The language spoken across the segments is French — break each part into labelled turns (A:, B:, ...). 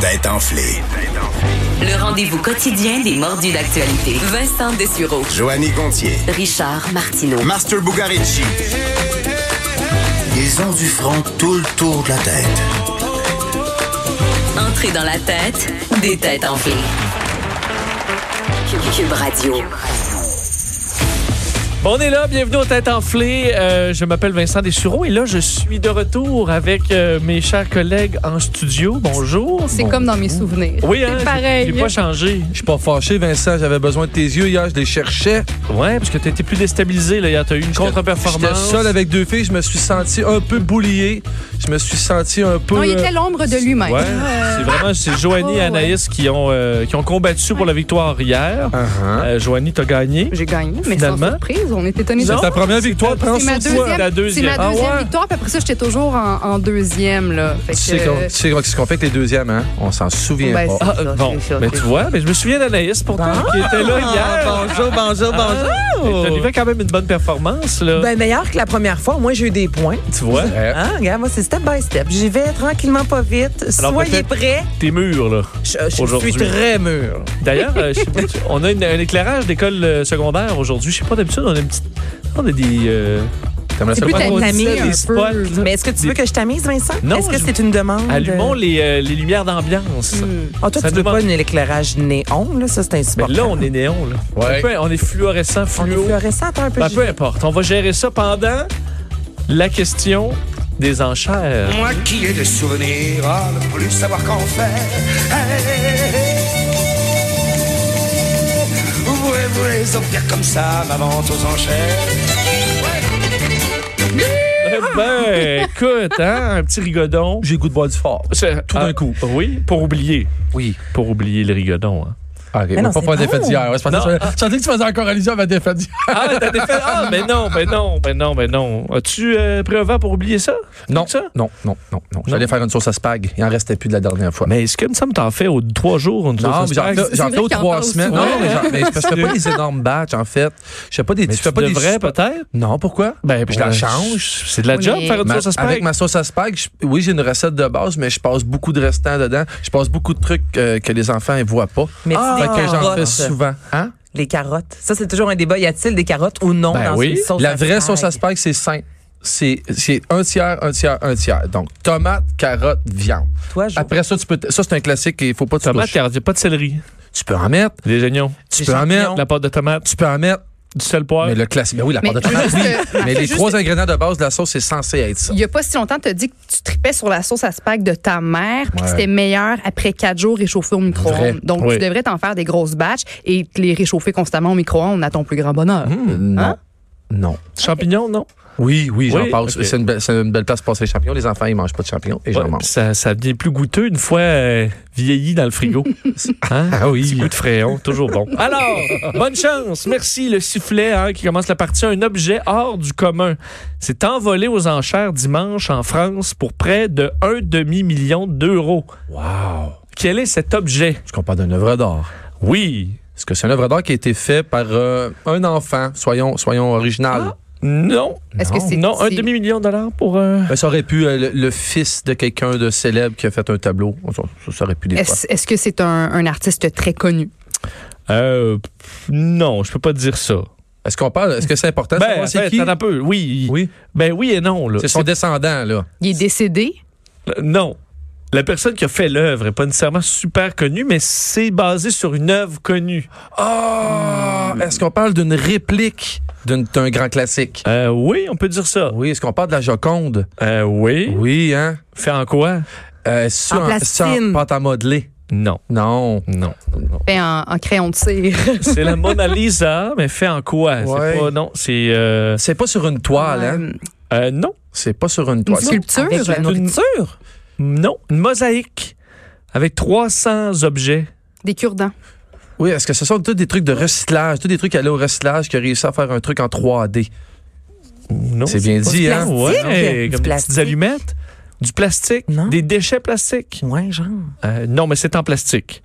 A: Tête enflée.
B: Le rendez-vous quotidien des mordus d'actualité. Vincent Dessureau.
A: Joanny Gontier.
B: Richard Martineau.
A: Master Bugarici. Ils ont du front tout le tour de la tête.
B: Entrée dans la tête des têtes enflées. Cube Radio.
C: Bon, on est là, bienvenue aux Têtes Enflées. Euh, je m'appelle Vincent Dessureau et là, je suis de retour avec euh, mes chers collègues en studio. Bonjour.
D: C'est
C: Bon-
D: comme dans mes souvenirs.
C: Oui, hein,
D: c'est pareil.
C: J'ai pas changé.
E: Je suis pas fâché, Vincent. J'avais besoin de tes yeux hier. Je les cherchais.
C: Ouais, parce que t'étais plus déstabilisé, là. hier. T'as eu une
E: J'étais
C: contre-performance.
E: seul avec deux filles. Je me suis senti un peu boulié. Je me suis senti un peu.
D: Non, il
E: euh,
D: était l'ombre de lui-même.
C: Ouais, c'est vraiment c'est Joanie et
D: Oh,
C: Anaïs qui ont euh, qui ont combattu pour la victoire hier.
E: uh-huh.
C: Euh, Joanie, t'as gagné.
D: J'ai gagné, mais
C: Finalement?
D: sans surprise, on est étonnés. de
E: C'est
D: ça.
E: ta première victoire. Prends
D: Oh, C'est ma
E: sur
D: deuxième,
E: toi.
C: la deuxième.
D: C'est ma
C: Ah
D: deuxième
C: ouais?
D: victoire, puis après ça, j'étais toujours en, en deuxième. Là. Fait
E: Tu
D: que,
E: sais qu'on- tu sais qu'on- ce qu'on fait avec les deuxièmes, hein? On s'en souvient
D: Ben,
E: pas.
D: c'est
C: Ah,
D: ça,
C: bon,
D: c'est ça,
C: mais
D: c'est
C: tu vois, mais je me souviens d'Anaïs pourtant qui était là
D: Ah,
C: hier.
F: Bonjour, bonjour,
C: Ah, elle
F: bonjour.
C: délivrait quand même une bonne performance là.
F: Ben, meilleur que la première fois. Moi, j'ai eu des points.
C: tu vois,
E: Ouais.
F: Hein, regarde, moi, c'est step by step. J'y vais tranquillement, pas vite.
C: Alors,
F: Soyez
C: peut-être-
F: prêts.
C: t'es mûr là.
F: Je, je
C: Aujourd'hui.
F: suis très mûr.
C: D'ailleurs, euh, je sais pas, tu- on a une- un éclairage d'école euh, secondaire aujourd'hui. Je sais pas d'habitude, on a une petite on a des euh,
E: T'aimerais ça
D: plus
E: pas?
D: ta-
C: on dit
D: tamis
C: ça,
D: un
C: des
D: peu.
C: spots. là.
F: Mais est-ce que tu
C: Des-
F: veux que je t'amuse, Vincent?
C: Non,
F: Est-ce que
C: je-
F: c'est une demande?
C: Allumons les, euh, les lumières d'ambiance.
F: Oh, toi,
C: Ça
F: tu veux
C: demande-
F: pas une éclairage néon, là? Ça, c'est
C: Mais
F: insupportable.
C: là, on est néon. Là.
E: Ouais.
C: Un peu- on est fluorescent,
F: On est
C: fluo.
F: fluorescent. Attends un peu.
C: Ben,
F: j'y
C: peu
F: vais.
C: importe. On va gérer ça pendant la question des enchères.
G: Moi qui ai des souvenirs à ne plus savoir qu'en faire. Hey, Ouvrez-vous les offrir comme ça, ma vente aux enchères.
F: Ah!
C: Eh Ben, écoute, hein, un petit rigodon.
E: J'ai le goût de boire du fort.
C: C'est-
E: Tout d'un
C: ah,
E: coup.
C: Oui, pour oublier.
E: Oui.
C: Pour oublier le rigodon. hein.
E: Ah, ok.
F: Mais non,
E: pas
F: c'est
E: pas la
F: bon.
E: défaite d'hier. Ouais, c'est parce que
C: Non.
E: je je sentais que tu faisais encore allusion à ma défaite d'hier.
C: Ah, t'as des faits- Ah, ben non, ben non, ben non, ben non. As-tu euh, pris un vent pour oublier ça?
E: Non,
C: Ça?
E: non, non, non, non. J'allais faire une sauce à spag. Il en restait plus de la dernière fois.
C: Mais est-ce que, me semble, t'en fais aux trois jours? une
E: Non,
C: sauce
E: mais
C: à
E: j'en
C: spag?
E: fais- j'en
D: vrai
E: fais aux
D: qu'il en
E: trois
D: parle
E: semaines.
D: souvent.
E: Non, mais, j'en- mais je fais pas des énormes batchs, en fait. Je fais pas des.
C: Mais
E: je fais pas
C: tu
E: des
C: devrais,
E: super-
C: peut-être?
E: Non, pourquoi?
C: Ben,
E: je la
C: ouais,
E: change.
C: C'est de la
D: Oui,
C: job,
D: mais-
C: faire une
E: Ma-
C: sauce à spag.
E: avec ma sauce à spag, je- oui, j'ai une recette de base, mais je passe beaucoup de restants dedans. Je passe beaucoup de trucs euh, que les enfants ne voient pas.
F: Mais tu
E: Fait
F: dis des
E: que j'en fais
D: euh,
F: carottes.
E: souvent. Hein?
F: Les carottes. Ça, c'est toujours un débat. Y a-t-il des carottes ou non
C: Ben
F: dans
C: oui.
F: une sauce
E: La
F: à
E: vraie
F: spag?
E: sauce à spag, c'est simple. C'est c'est un tiers, un tiers, un tiers. Donc, tomate, carotte, viande.
F: Toi, je...
E: Après ça, tu peux. t- Ça, c'est un classique et il faut pas que tu
C: Tomate,
E: touches.
C: il n'y a pas de céleri.
E: Tu peux en mettre.
C: Des oignons.
E: Tu
F: Des
E: peux en mettre.
F: champignons.
C: La pâte de tomate.
E: Tu peux en mettre.
C: Du sel poivre.
E: Mais le classique. Ben oui, la
D: Mais
E: pâte de
D: je veux
E: tomate.
D: juste,
E: oui.
D: euh,
E: Mais les
D: juste-
E: trois ingrédients de base de la sauce, c'est censé être ça.
D: Il n'y a pas si longtemps, tu as dit que tu tripais sur la sauce à spag de ta mère, puis que
E: Ouais.
D: c'était meilleur après quatre jours réchauffé au
E: Vrai.
D: micro-ondes. Donc,
C: Oui.
D: tu devrais t'en faire des grosses batches et te les réchauffer constamment au micro-ondes à ton plus grand bonheur.
C: Mmh,
E: Euh, Non. Non.
C: Champignons, non?
E: Oui, oui, j'en
C: Oui,
E: passe.
C: ok.
E: C'est une, belle- c'est une belle place pour passer les champignons. Les enfants, ils mangent pas de champignons et j'en
C: Ouais,
E: mange.
C: puis ça, ça devient plus goûteux une fois euh, vieilli dans le frigo. Hein?
E: Ah oui.
C: Petit goût de fréon, toujours bon. Alors, bonne chance. Merci. Le sifflet hein, qui commence la partie. Un objet hors du commun s'est envolé aux enchères dimanche en France pour près de un demi-million d'euros.
E: Wow.
C: Quel est cet objet?
E: Est-ce qu'on parle d'une œuvre d'art?
C: Oui.
E: Est-ce que c'est une œuvre d'art qui a été faite par euh, un enfant? Soyons, soyons original.
C: Ah. Non.
D: Est-ce que c'est.
C: Non, un
D: c'est-
C: demi-million de dollars pour... euh,
E: Ben, ça aurait pu euh, le, le fils de quelqu'un de célèbre qui a fait un tableau. Ça, ça aurait pu des fois.
D: Est-ce est-ce que c'est un, un artiste très connu?
C: Euh, pff, non, je peux pas te dire ça.
E: Est-ce qu'on parle? Est-ce que c'est important de
C: Ben,
E: savoir c'est
C: attends,
E: qui?
C: attends un peu. Oui.
E: Oui.
C: Ben oui et non. Là.
E: C'est son
C: C'est-
E: descendant, là.
D: Il est décédé?
C: Euh, Non. La personne qui a fait l'œuvre n'est pas nécessairement super connue, mais c'est basé sur une œuvre connue.
E: Ah! Est-ce qu'on parle d'une réplique d'une- d'un grand classique?
C: Euh, oui, on peut dire ça.
E: Oui, est-ce qu'on parle de la Joconde?
C: Euh, oui.
E: Oui, hein?
C: Fait en quoi?
E: Euh, c'est
F: En
E: c'est
F: plastine.
E: pâte à modeler?
C: Non,
E: Non.
C: non. non.
D: Fait en, en crayon de cire.
C: c'est la Mona Lisa, mais fait en quoi? C'est
E: Ouais.
C: pas, non, c'est... euh,
E: C'est pas sur une toile, hein?
D: Euh,
C: euh, non,
E: C'est pas sur une
D: Une
E: toile.
D: sculpture?
F: Avec la nourriture?
C: non. Une mosaïque avec 300 objets.
D: Des cure-dents.
E: Oui, est-ce que ce sont tous des trucs de recyclage, tous des trucs allés au recyclage qui a réussi à faire un truc en 3D?
C: Non.
E: C'est bien
F: pas
E: dit,
F: du
E: hein?
F: plastique.
C: Ouais,
F: Du
C: comme des petites
F: plastique.
C: allumettes. Du plastique,
F: Non.
C: des déchets plastiques.
F: Ouais, genre.
C: Euh, non, mais c'est en plastique.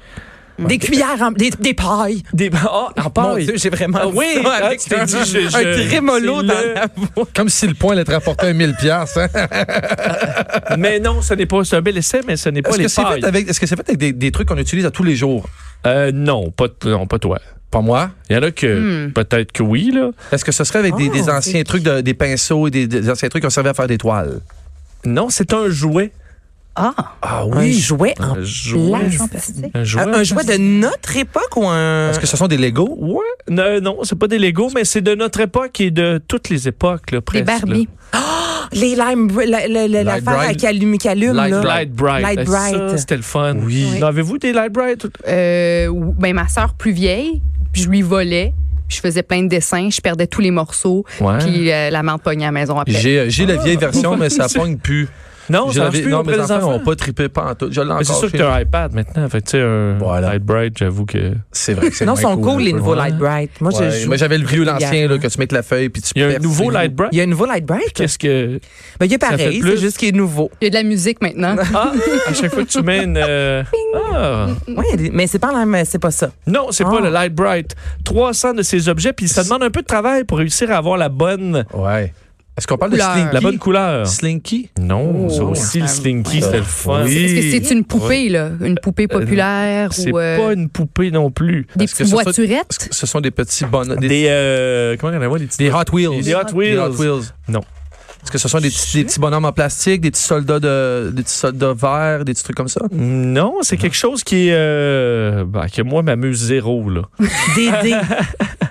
F: Des cuillères, en- des, des pailles.
C: Des... Ah, en
F: Mon
C: paille.
F: Dieu, j'ai vraiment
C: Ah
F: dit
C: oui,
F: ça
C: ah,
F: avec
C: tu t'es
F: un,
C: dit, je-
F: un
C: je-
F: trémolo
C: c'est
F: dans
C: le-
F: la voix.
E: Comme si le point allait te rapporter un 1000 piastres, hein?
C: Mais non, ce n'est pas. C'est un bel essai, mais ce n'est pas
E: Est-ce
C: les
E: que c'est
C: pailles.
E: fait avec, est-ce que c'est fait avec des, des trucs qu'on utilise à tous les jours?
C: Euh, non, pas t- non, pas toi.
E: Pas moi.
C: Il y en a que
F: Hmm.
C: peut-être que oui, là.
E: Est-ce que ce serait avec des, des
F: Ah,
E: anciens trucs, de- des pinceaux et des, des anciens trucs qu'on servait à faire des toiles?
C: Non, c'est un jouet.
D: Ah,
C: Ah
F: Un jouet en
C: Un jouet.
F: plastique.
C: Un jouet.
F: Un, un jouet de notre époque ou un.
E: Est-ce que ce sont des Legos?
C: Ouais. Non, non, c'est pas des Legos, mais c'est de notre époque et de toutes les époques, là,
D: des
C: presque.
D: Barbie.
F: Les lime. la- la- la-
E: Light
F: L'affaire à
E: Bright.
F: Calum Calum,
E: Light
F: là.
C: là. Light Bright.
F: Light
C: Eh,
F: Bright. Ben,
C: Ça, c'était le fun. Oui. Avez-vous des Light Bright?
D: Euh, ou- ben, ma sœur plus vieille, puis je lui volais. puis Je faisais plein de dessins, je perdais tous les morceaux,
C: Ouais.
D: puis euh, la mère pognait à la maison après.
E: J'ai, euh, j'ai la vieille version, mais ça pogne plus.
C: Ben, ah. Non,
E: Je
C: ça marche
E: l'avais-
C: plus
E: non,
C: auprès
E: mes
C: des
E: enfants
C: enfants.
E: n'ont pas trippé pantoute. Je l'ai
C: Mais c'est
E: encore
C: sûr que
E: chez
C: t'as un iPad maintenant. Fait que, tu sais, un
E: Voilà.
C: Light Bright, j'avoue que.
E: C'est vrai que c'est
F: Non,
E: moins
F: sont cool, les
E: un peu.
F: nouveaux
C: Ouais.
F: Light Bright. Moi,
E: Ouais,
F: je joue.
E: Moi, j'avais le vieux, l'ancien, là,
F: régulièrement.
E: que tu mets avec la feuille puis tu
C: Il y a un
E: perces
C: nouveau
E: les-
C: Light Bright?
F: Il y a un nouveau Light Bright.
C: Qu'est-ce que.
F: Ben, il est
C: fait
F: pareil,
C: plus?
F: c'est juste qu'il est nouveau.
D: Il y a de la musique maintenant.
C: Ah, à chaque fois que tu mets une. euh, Ah.
F: Ouais, des- mais c'est pas la même, c'est pas ça.
C: Non, c'est
F: Ah.
C: pas le Light Bright. 300 de ces objets, puis ça demande un peu de travail pour réussir à avoir la bonne,
E: Ouais. Est-ce qu'on parle de
D: Couleur.
E: Slinky?
C: la bonne couleur.
E: Slinky?
C: Non, ça aussi, le
D: Ah,
C: Slinky, c'était le fun.
E: Oui. Euh,
D: Est-ce que c'est une poupée, là? Une poupée populaire
C: C'est
D: ou euh,
C: pas une poupée non plus.
D: des
E: Est-ce
D: petites
E: que ce soit-
D: voiturettes?
E: Est-ce que Ce sont des petits bonhommes. Des,
C: Des. euh, comment on appelle les petits.
E: des Hot Wheels.
C: Des Hot Wheels.
E: Des Hot Wheels.
C: Non.
E: Est-ce que ce sont des, petits- des petits bonhommes en plastique, des petits soldats de, des petits soldats verts, des petits trucs comme ça?
C: Non, c'est quelque chose qui est. euh, bah, que moi m'amuse zéro, là.
F: Dédé.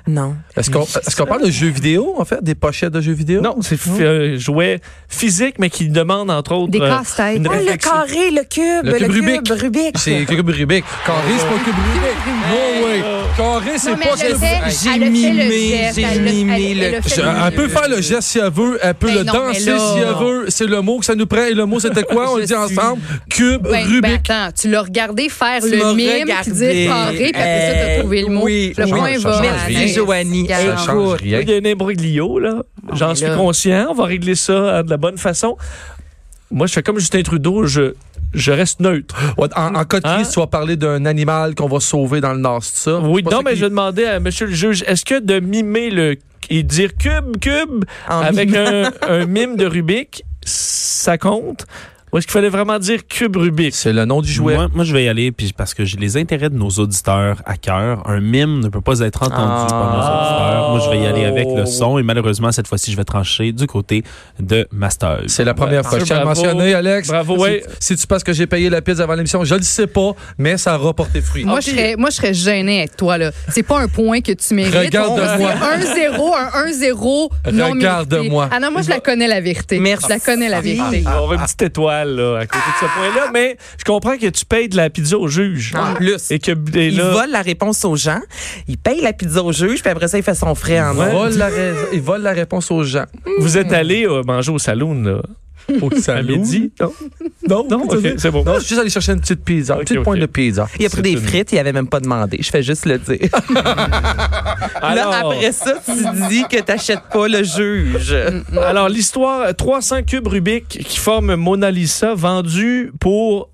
F: non.
E: Est-ce qu'on est-ce qu'on parle de jeux vidéo, en fait? Des pochettes de jeux vidéo?
C: Non, c'est f- euh, jouet physique, mais qui demande, entre autres.
D: Des
C: euh,
D: casse-têtes.
C: une
F: Ah, le
C: réflexion.
F: carré, le cube,
E: Le
F: le,
E: cube Rubik.
F: cube Rubik.
E: C'est cube Rubik. Carré, c'est pas cube Rubik. No way. Carré, c'est
D: Non, mais
E: pas
D: elle le
E: cube
D: fait,
E: Rubik.
F: J'ai
D: elle a fait
F: mimé,
D: le geste,
F: j'ai
D: elle le-
F: mimé
D: elle- elle
F: le-
D: a fait
E: Je- elle peut faire le geste si elle veut, elle peut
D: Ben
E: le
D: non, mais
E: danser si
D: là-
E: elle veut. C'est le mot que ça nous prend. Et le mot, c'était quoi? On le dit ensemble. Cube
D: Ben, ben,
E: Rubik.
D: attends, tu l'as regardé faire
F: Tu m'as
D: le mime,
F: regardé. Eh,
D: puis dire carré, puis après ça, t'as trouvé le mot.
F: Oui,
D: le
E: ça
D: point
E: change,
D: va.
E: ça change
D: à
E: rien.
D: Anaïs.
F: Merci, Joanie.
D: Regarde.
E: Ça change
C: Là,
E: rien.
C: Il y a un imbroglio, là.
F: Ah,
C: J'en
D: mais
C: suis
D: là-
C: conscient. On va régler ça euh, de la bonne façon. Moi, je fais comme Justin Trudeau, je, je reste neutre.
E: Ouais, En, en cas de
C: Hein?
E: crise, tu vas parler d'un animal qu'on va sauver dans le Nord, c'est
F: Ah,
E: ça?
C: Oui,
E: C'est pas
C: non,
E: ça
C: mais
E: qui-
C: je demandais à monsieur le juge, est-ce que de mimer le et dire cube, cube,
F: En
C: avec un, un mime de Rubik, ça compte? Ou est-ce qu'il fallait vraiment dire cube Rubik?
F: Ah,
E: C'est le nom du jouet.
H: Moi, moi, je vais y aller puis parce que j'ai les intérêts de nos auditeurs à cœur. Un mime ne peut pas être entendu
F: Ah.
H: par nos auditeurs. Moi, je vais y aller avec le son et malheureusement, cette fois-ci, je vais trancher du côté de Master.
E: C'est la première fois. Je tiens à le
C: Ben, Bravo.
E: mentionner, Alex.
C: Bravo,
E: Si-
C: ouais.
E: Si, tu penses que j'ai payé la pizza avant l'émission, je le sais pas, mais ça a rapporté fruit.
D: Moi, je serais, moi, je serais gênée avec toi, là. C'est pas un point que tu mérites.
E: Regarde-moi.
D: C'est un 1-0, un 1-0 non mérité.
E: Regarde-moi.
D: Ah non, moi, je la connais, la vérité.
F: Merci.
D: Je la connais, la vérité.
C: On va
F: ah.
C: avoir une petite étoile là, à côté de ce point-là, mais je comprends que tu payes de la pizza au juge.
F: En plus.
C: Et que et
F: Il
C: là,
F: vole la réponse aux gens, il paye la pizza au juge, puis après ça, il fait son frais en
E: Il
C: Ben,
F: or.
E: vole la raison- il vole la réponse aux gens.
C: vous êtes allé euh, manger au saloon là,
E: Au
C: à midi. Non,
E: Non,
C: non
E: tu
C: ok,
E: sais.
C: c'est bon.
E: Non, je suis juste allé chercher une petite pizza,
C: Ok,
E: une petite
C: ok.
E: pointe de pizza.
F: Il a pris des frites, il avait même pas demandé. Je fais juste le dire.
C: Alors-
F: Là, après ça, tu dis que t'achètes pas le juge.
C: Alors, l'histoire, euh, 300 cubes Rubik qui forment Mona Lisa, vendus pour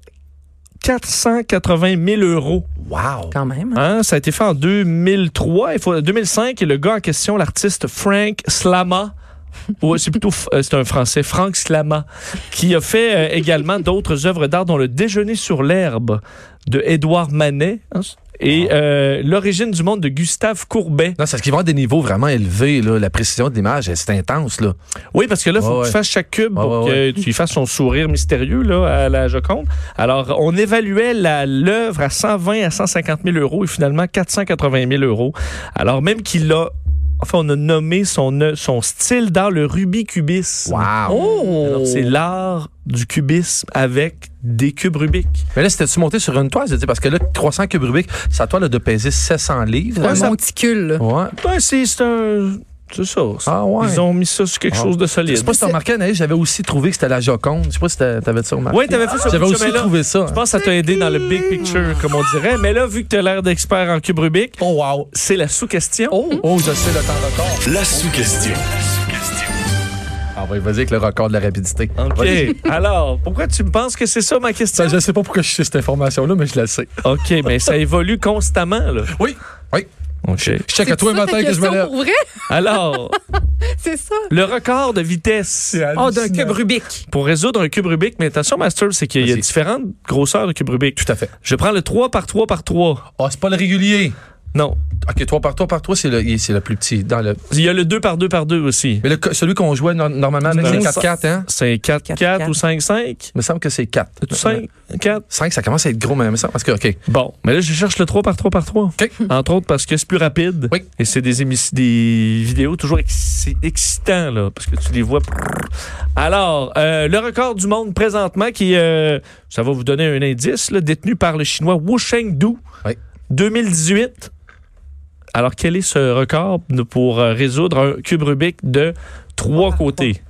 C: 480 000 euros.
E: Wow.
F: Quand même.
C: Hein, Ça a été fait en 2003. Il faut, 2005, et le gars en question, l'artiste Frank Slama, ou c'est plutôt f- euh, c'est un français, Frank Slama, qui a fait euh, également d'autres œuvres d'art, dont Le Déjeuner sur l'herbe de Édouard Manet hein, et euh, L'origine du monde de Gustave Courbet.
E: Non, c'est parce qu'ils vont à des niveaux vraiment élevés, là. La précision de l'image, elle, c'est intense, là.
C: Oui, parce que là, il faut que
E: Ouais, ouais.
C: tu fasses chaque cube
E: Ouais,
C: pour
E: ouais,
C: que tu y fasses son sourire mystérieux là, à la Joconde. Alors, on évaluait la- l'œuvre à 120 à 150 000 euros et finalement 480 000 euros. Alors, même qu'il a... Enfin, on a nommé son, œ- son style dans le rubicubisme.
E: Wow.
C: Alors, C'est l'art du cubisme avec des cubes Rubik.
E: Mais là, c'était-tu monté sur une toile? Je veux dire, parce que là, 300 cubes Rubik, sa toile a de peser 700 livres.
D: Un
E: Ouais, ça-
D: monticule, là.
E: Ouais.
C: Ben, c'est c'est un... C'est ça. C'est-
E: Ah ouais.
C: Ils ont mis ça sur quelque
E: Ah.
C: chose de
E: Je
C: solide.
E: sais pas si t'as remarqué, Anaïs, j'avais aussi trouvé que c'était la Joconde. Je sais pas si t'as- t'avais ça remarqué.
C: Oui, t'avais fait ce
E: J'avais
C: petit
E: aussi
C: chemin-là.
E: trouvé ça. hein.
C: Je pense que ça t'a aidé dans le big picture, comme on dirait. Mais là, vu que t'as l'air d'expert en cube Rubik,
E: Oh, wow.
C: Oh! c'est la sous-question.
E: Oh, je sais le temps record.
A: La sous-question.
E: Ah oui, vas-y avec le record de la rapidité. Vas-y.
C: OK. Alors, pourquoi tu me penses que c'est ça ma question?
E: Ça, je sais pas pourquoi je sais cette information-là, mais je la sais.
C: OK, mais ça évolue constamment, là.
E: Oui, oui.
C: OK.
E: Je check à tous les
D: ça, ta
E: matins que je me
D: question
E: lève.
D: pour vrai?
C: Alors,
D: C'est ça.
C: le record de vitesse.
F: Oh, d'un cube Rubik.
C: Pour résoudre un cube Rubik, mais attention, Master, c'est qu'il y a
E: Vas-y.
C: différentes grosseurs de cube Rubik.
E: Tout à fait.
C: Je prends le 3 par 3 par 3.
E: Ah, c'est pas le régulier.
C: Non.
E: OK, 3 par 3 par 3, c'est le, c'est le plus petit. Dans le...
C: Il y a le 2 par 2 par 2 aussi.
E: Mais le, celui qu'on jouait no- normalement, avec, c'est 4-4, hein?
C: C'est 4, 4,
F: Quatre,
C: ou
F: quatre.
C: 5, 5?
E: Il me semble que c'est 4.
C: 5, 4.
E: 5, ça commence à être gros, mais il me semble. Parce que, OK.
C: Bon, mais là, je cherche le 3 par 3 par 3.
E: OK.
C: Entre autres parce que c'est plus rapide.
E: Oui.
C: Et c'est des, émis- des vidéos toujours exci- excitants, là, parce que tu les vois. Alors, euh, le record du monde présentement, qui, euh, ça va vous donner un indice, là, détenu par le chinois Wu Chengdu,
E: Oui.
C: 2018. Alors, quel est ce record de- pour euh, résoudre un cube Rubik de trois
E: Ah,
C: côtés?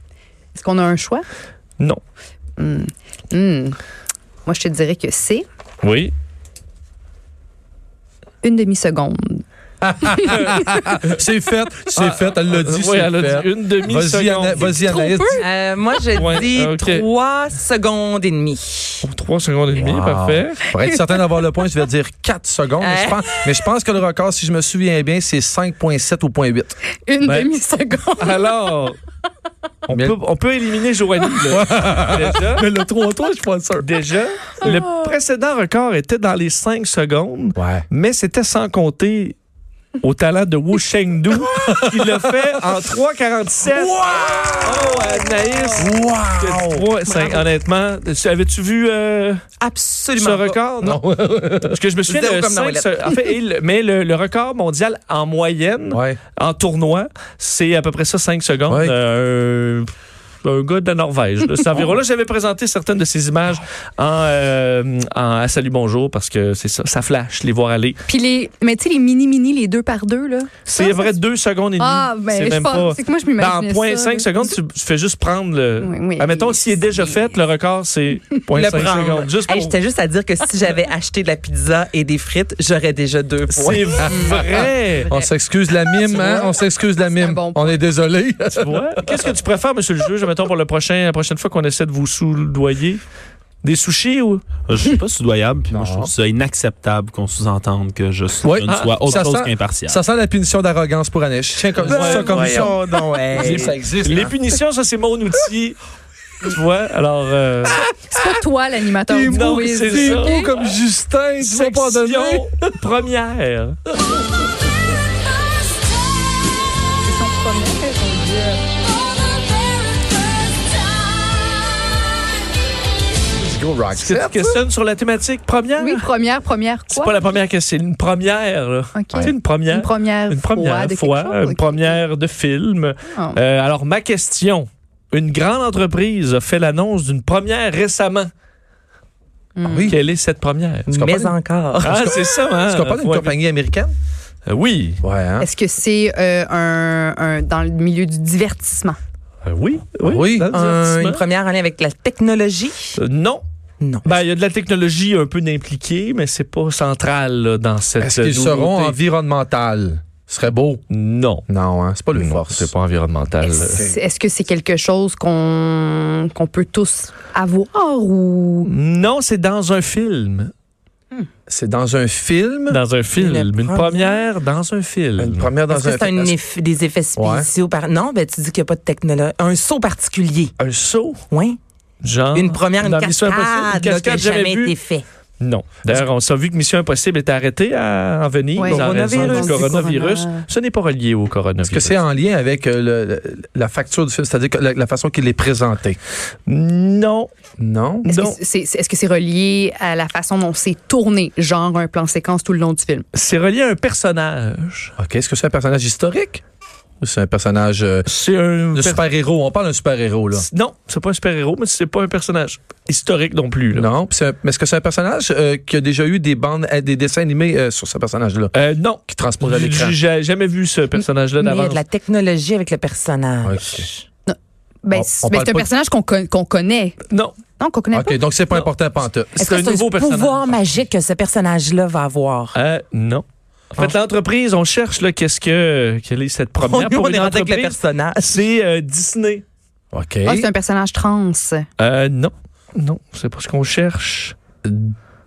D: Est-ce qu'on a un choix?
C: Non.
D: Hmm. Hmm. Moi, je te dirais que c'est
C: Oui.
D: une demi-seconde.
E: C'est fait, c'est fait, elle l'a dit,
C: oui,
E: c'est
C: elle a
E: fait.
C: dit une
E: Vas-y,
C: demi-seconde.
E: Ana- vas-y, Anaïs.
F: Euh, moi, je
C: Ouais,
F: dis
C: ok.
F: 3 secondes et demie.
C: Pour Trois secondes et demie,
E: Wow.
C: parfait.
E: Pour être certain d'avoir le point, je vais dire 4 secondes. Mais je pense, mais je pense que le record, si je me souviens bien, c'est 5.7 ou 0.8.
D: Une
C: Ben-
D: demi-seconde.
C: Alors, on,
E: Mais-
C: peut, on peut éliminer Joanie. là. Déjà,
E: Mais le 3-3, je suis pas sûr.
C: déjà,
F: Ah.
C: le précédent record était dans les 5 secondes,
E: Ouais.
C: mais c'était sans compter au talent de Wu Chengdu qui l'a fait en 3,47. Oh, Anaïs! que
E: Wow!
C: trois- cinq- honnêtement, tu- avais-tu vu euh, ce
F: Absolument. pas.
C: record?
E: Non.
C: Parce que je me souviens
F: Zéro
C: de
F: comme dans
C: cinq
F: Ouellette.
C: se- en fait, il- mais le, le record mondial en moyenne,
E: Ouais.
C: en tournoi, c'est à peu près ça, 5 secondes.
E: Ouais.
C: Euh, un gars de la Norvège. là, C'est environ là. J'avais présenté certaines de ces images en, euh, en à Salut Bonjour parce que c'est ça, ça flash, les voir aller.
D: Puis les, mais tu sais, les mini-mini, les deux par deux, là.
C: C'est
D: Ça,
C: vrai, deux secondes et demie.
D: Ah, ben,
C: c'est
D: je
C: même
D: pense-
C: pas.
D: c'est que moi, je
C: Dans
D: m'imaginais
C: point
D: ça,
C: 5
D: là.
C: secondes, tu, tu fais juste prendre le.
D: Oui, oui.
C: Admettons, s'il est déjà fait, le record, c'est point
F: Le
C: 5
F: prendre.
C: secondes. Juste
F: Hey,
C: pour-
F: J'étais juste à dire que si j'avais acheté de la pizza et des frites, j'aurais déjà deux points.
C: C'est
F: Euh,
C: vrai.
E: On s'excuse la mime, hein? On s'excuse la mime.
D: bon
E: On est désolé.
C: Tu vois? Qu'est-ce que tu préfères, monsieur le juge, admettons, pour le prochain, la prochaine fois qu'on essaie de vous soudoyer? Des sushis ou.
H: Je suis pas soudoyable, puis moi, je
E: Non.
H: trouve ça inacceptable qu'on sous-entende que je suis
E: Ouais. ah,
H: je ne sois autre
E: Ça
H: chose
E: sent-
H: qu'impartial.
E: Ça sent la punition d'arrogance pour Anaïs. Je tiens comme ça comme ça. Ça existe.
C: Les
E: hein?
C: punitions, ça, c'est mon outil. Tu vois, alors... euh,
D: C'est pas toi l'animateur
E: T'es
D: du
E: beau,
D: quiz.
C: c'est
E: T'es
C: ça.
E: beau comme Justin, tu vas pas donner.
C: section première.
E: Go
C: Est-ce que tu
E: Roxette.
C: te questionnes sur la thématique première?
D: Oui, première, première quoi?
C: C'est pas la première question, c'est une première. là.
D: Ok.
C: C'est une première.
D: Une première,
C: Une première
D: fois. de quelque
C: fois,
D: chose,
C: une
D: ok.
C: première de film.
D: Ah.
C: Euh, alors, ma question. Une grande entreprise a fait l'annonce d'une première récemment.
D: Hmm.
E: Ah Oui.
C: Quelle est cette première?
F: Mais encore.
C: Ah, c'est ça, hein?
E: Est-ce qu'on parle d'une
C: Faut-
E: compagnie américaine?
C: Euh, Oui.
E: Ouais, hein?
D: Est-ce que c'est euh, un, un- dans le milieu du divertissement?
C: Euh, oui. Oui.
E: Oui.
C: Dans le
F: Un-
C: divertissement.
F: une première en lien avec la technologie?
C: Euh, non.
F: Non.
C: Ben, il y a de la technologie un peu impliquée, mais c'est pas central là, dans cette.
E: Est-ce qu'ils
C: nouveauté.
E: seront environnementales? Ce serait beau.
C: Non.
E: Non, hein? C'est pas le
C: Non,
E: force.
C: C'est pas environnemental.
D: Est-ce est-ce que c'est quelque chose qu'on qu'on peut tous avoir ou
C: Non, c'est dans un film.
E: C'est dans un film.
C: Dans un film.
F: Une
C: Une première dans un
E: Une
C: film.
E: première dans
F: Est-ce que
E: un
F: c'est un
E: film.
F: eff- des effets
E: Ouais.
F: spéciaux? Par... Non, ben, tu dis qu'il n'y a pas de technologie. Un saut particulier.
C: Un saut,
F: Oui.
C: genre.
F: une première, une
C: Ah. dans Mission
F: cascade,
C: Impossible,
F: là,
C: une cascade
F: qui n'a
C: jamais
F: jamais
C: vue.
F: été faite.
C: Non. D'ailleurs, on s'est vu que Mission Impossible est arrêtée à, en Venise
D: Ouais.
C: en raison
F: Coronavirus.
C: du coronavirus.
D: Corona.
C: Ce n'est pas relié au coronavirus.
E: Est-ce que c'est en lien avec euh, le- le- la facture du film, c'est-à-dire que la, la façon qu'il est présenté?
C: Non.
E: Non?
D: est-ce
C: Non.
D: que c'est est, -ce c'est relié à la façon dont c'est tourné, genre un plan séquence tout le long du film?
C: C'est relié à un personnage.
E: OK. Est-ce que c'est un personnage historique? Ou c'est un personnage euh,
C: C'est un.
E: de
C: per-
E: super-héros? On parle d'un super-héros, là.
C: Non, c'est pas un super-héros, mais c'est pas un personnage historique non plus. là.
E: Non? Puis c'est un- mais est-ce que c'est un personnage euh, qui a déjà eu des bandes, euh, des dessins animés euh, sur ce personnage-là?
C: Euh, non.
E: Qui transpose à l'écran?
C: J'ai j'ai jamais vu ce personnage-là
F: Mais il y a
C: d'avance.
F: de la technologie avec le personnage.
D: Ben,
E: On-
D: c'est
E: on
D: ben,
E: parle
D: c'est un
E: pas de-
D: personnage qu'on con- qu'on connaît.
C: Non.
D: Non, qu'on connaît
E: OK. Donc, c'est pas
C: Non.
E: important, pantoute.
C: C'est
F: Est-ce que
C: un
F: c'est un,
C: nouveau personnage.
F: pouvoir magique que ce personnage-là va avoir?
C: Euh, non. En fait, l'entreprise, on cherche là, qu'est-ce que quelle est cette
F: On,
C: première
F: nous,
C: pour
F: on
C: une
F: est rendu avec le
C: entreprise.
F: personnage.
C: C'est euh, Disney.
E: OK.
D: Ah, c'est un personnage trans.
C: Euh, non. Non, c'est pas ce qu'on cherche.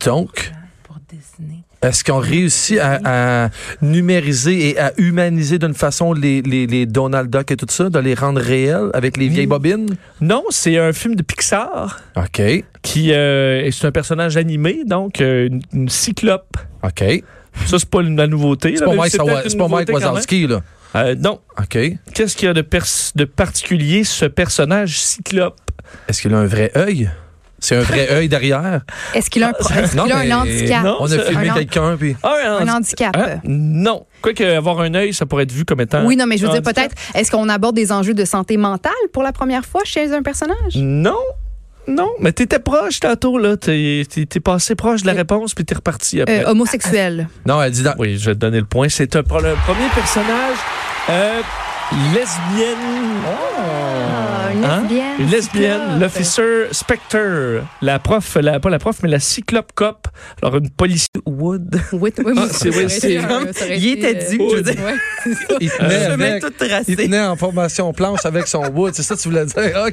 E: Donc,
F: Pour dessiner.
E: est-ce qu'on réussit à, à numériser et à humaniser d'une façon les, les, les Donald Duck et tout ça, de les rendre réels avec les vieilles bobines?
C: Non, c'est un film de Pixar
E: OK.
C: qui euh, est c'est un personnage animé, donc euh, une, une cyclope.
E: OK.
C: Ça, c'est pas une- la nouveauté.
E: C'est
C: là,
E: pas
C: mais
E: Mike, Sawa-
C: peut-être une
E: c'est pas Mike
C: nouveauté quand
E: Wazowski, là.
C: même. Euh, non.
E: OK. Est-ce
C: Qu'est-ce qu'il y a de, pers- de particulier, ce personnage cyclope?
E: qu'il a un vrai œil? C'est un vrai œil derrière?
D: Est-ce qu'il a un, pro- est-ce
E: Ah, Non,
D: qu'il a un
E: mais-
D: handicap?
C: Non,
E: On
C: c'est-
E: a filmé
D: un,
E: quelqu'un, puis...
C: Ah,
D: un handicap.
C: Ah, non. Quoique avoir un œil, ça pourrait être vu comme étant.
D: Oui, non, mais je veux
C: un
D: dire, peut-être, est-ce qu'on aborde des enjeux de santé mentale pour la première fois chez un personnage?
C: Non. Non, mais t'étais proche tantôt, là. T'es t'es- t'es passé proche de la réponse, puis t'es reparti après.
D: Euh, homosexuel.
E: Non, elle dit... dans-
C: Oui, je vais te donner le point. C'est un, pro- le premier personnage euh, lesbienne.
D: Ah, une
C: Hein?
D: lesbienne.
C: Une lesbienne,
D: cyclope.
C: l'officer Spectre, la prof, la, pas la prof, mais la cyclope cop. Alors, une police Wood.
D: Oui, t- oui, moi,
C: c'est-
D: ça aurait
C: Ah, c'est-
D: été un-
F: comme-
D: ça aurait
F: il
D: été,
F: était dû,
D: euh,
F: je veux dire.
D: ouais.
E: Il tenait,
F: Je vais
E: avec-
F: même tout
E: il
F: tracer.
E: tenait en formation planche avec son wood. C'est ça que tu voulais dire? OK!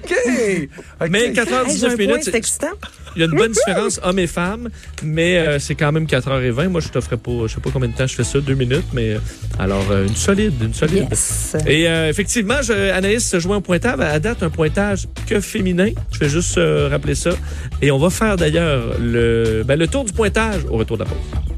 E: OK.
C: Mais
F: Hey, j'ai un
C: 4h19
F: point,
C: minutes,
F: c'est
C: c'est-
F: excitant.
C: il y a une bonne différence hommes et femmes, mais euh, c'est quand même 4h20. Moi, je te ferai pas, je sais pas combien de temps je fais ça, deux minutes, mais euh, alors, euh, une solide, une solide.
D: Yes.
C: Et euh, effectivement, je, Anaïs se joint au pointage. À date, un pointage que féminin. Je vais juste euh, rappeler ça. Et on va faire d'ailleurs le, ben, le tour du pointage au retour de la pause.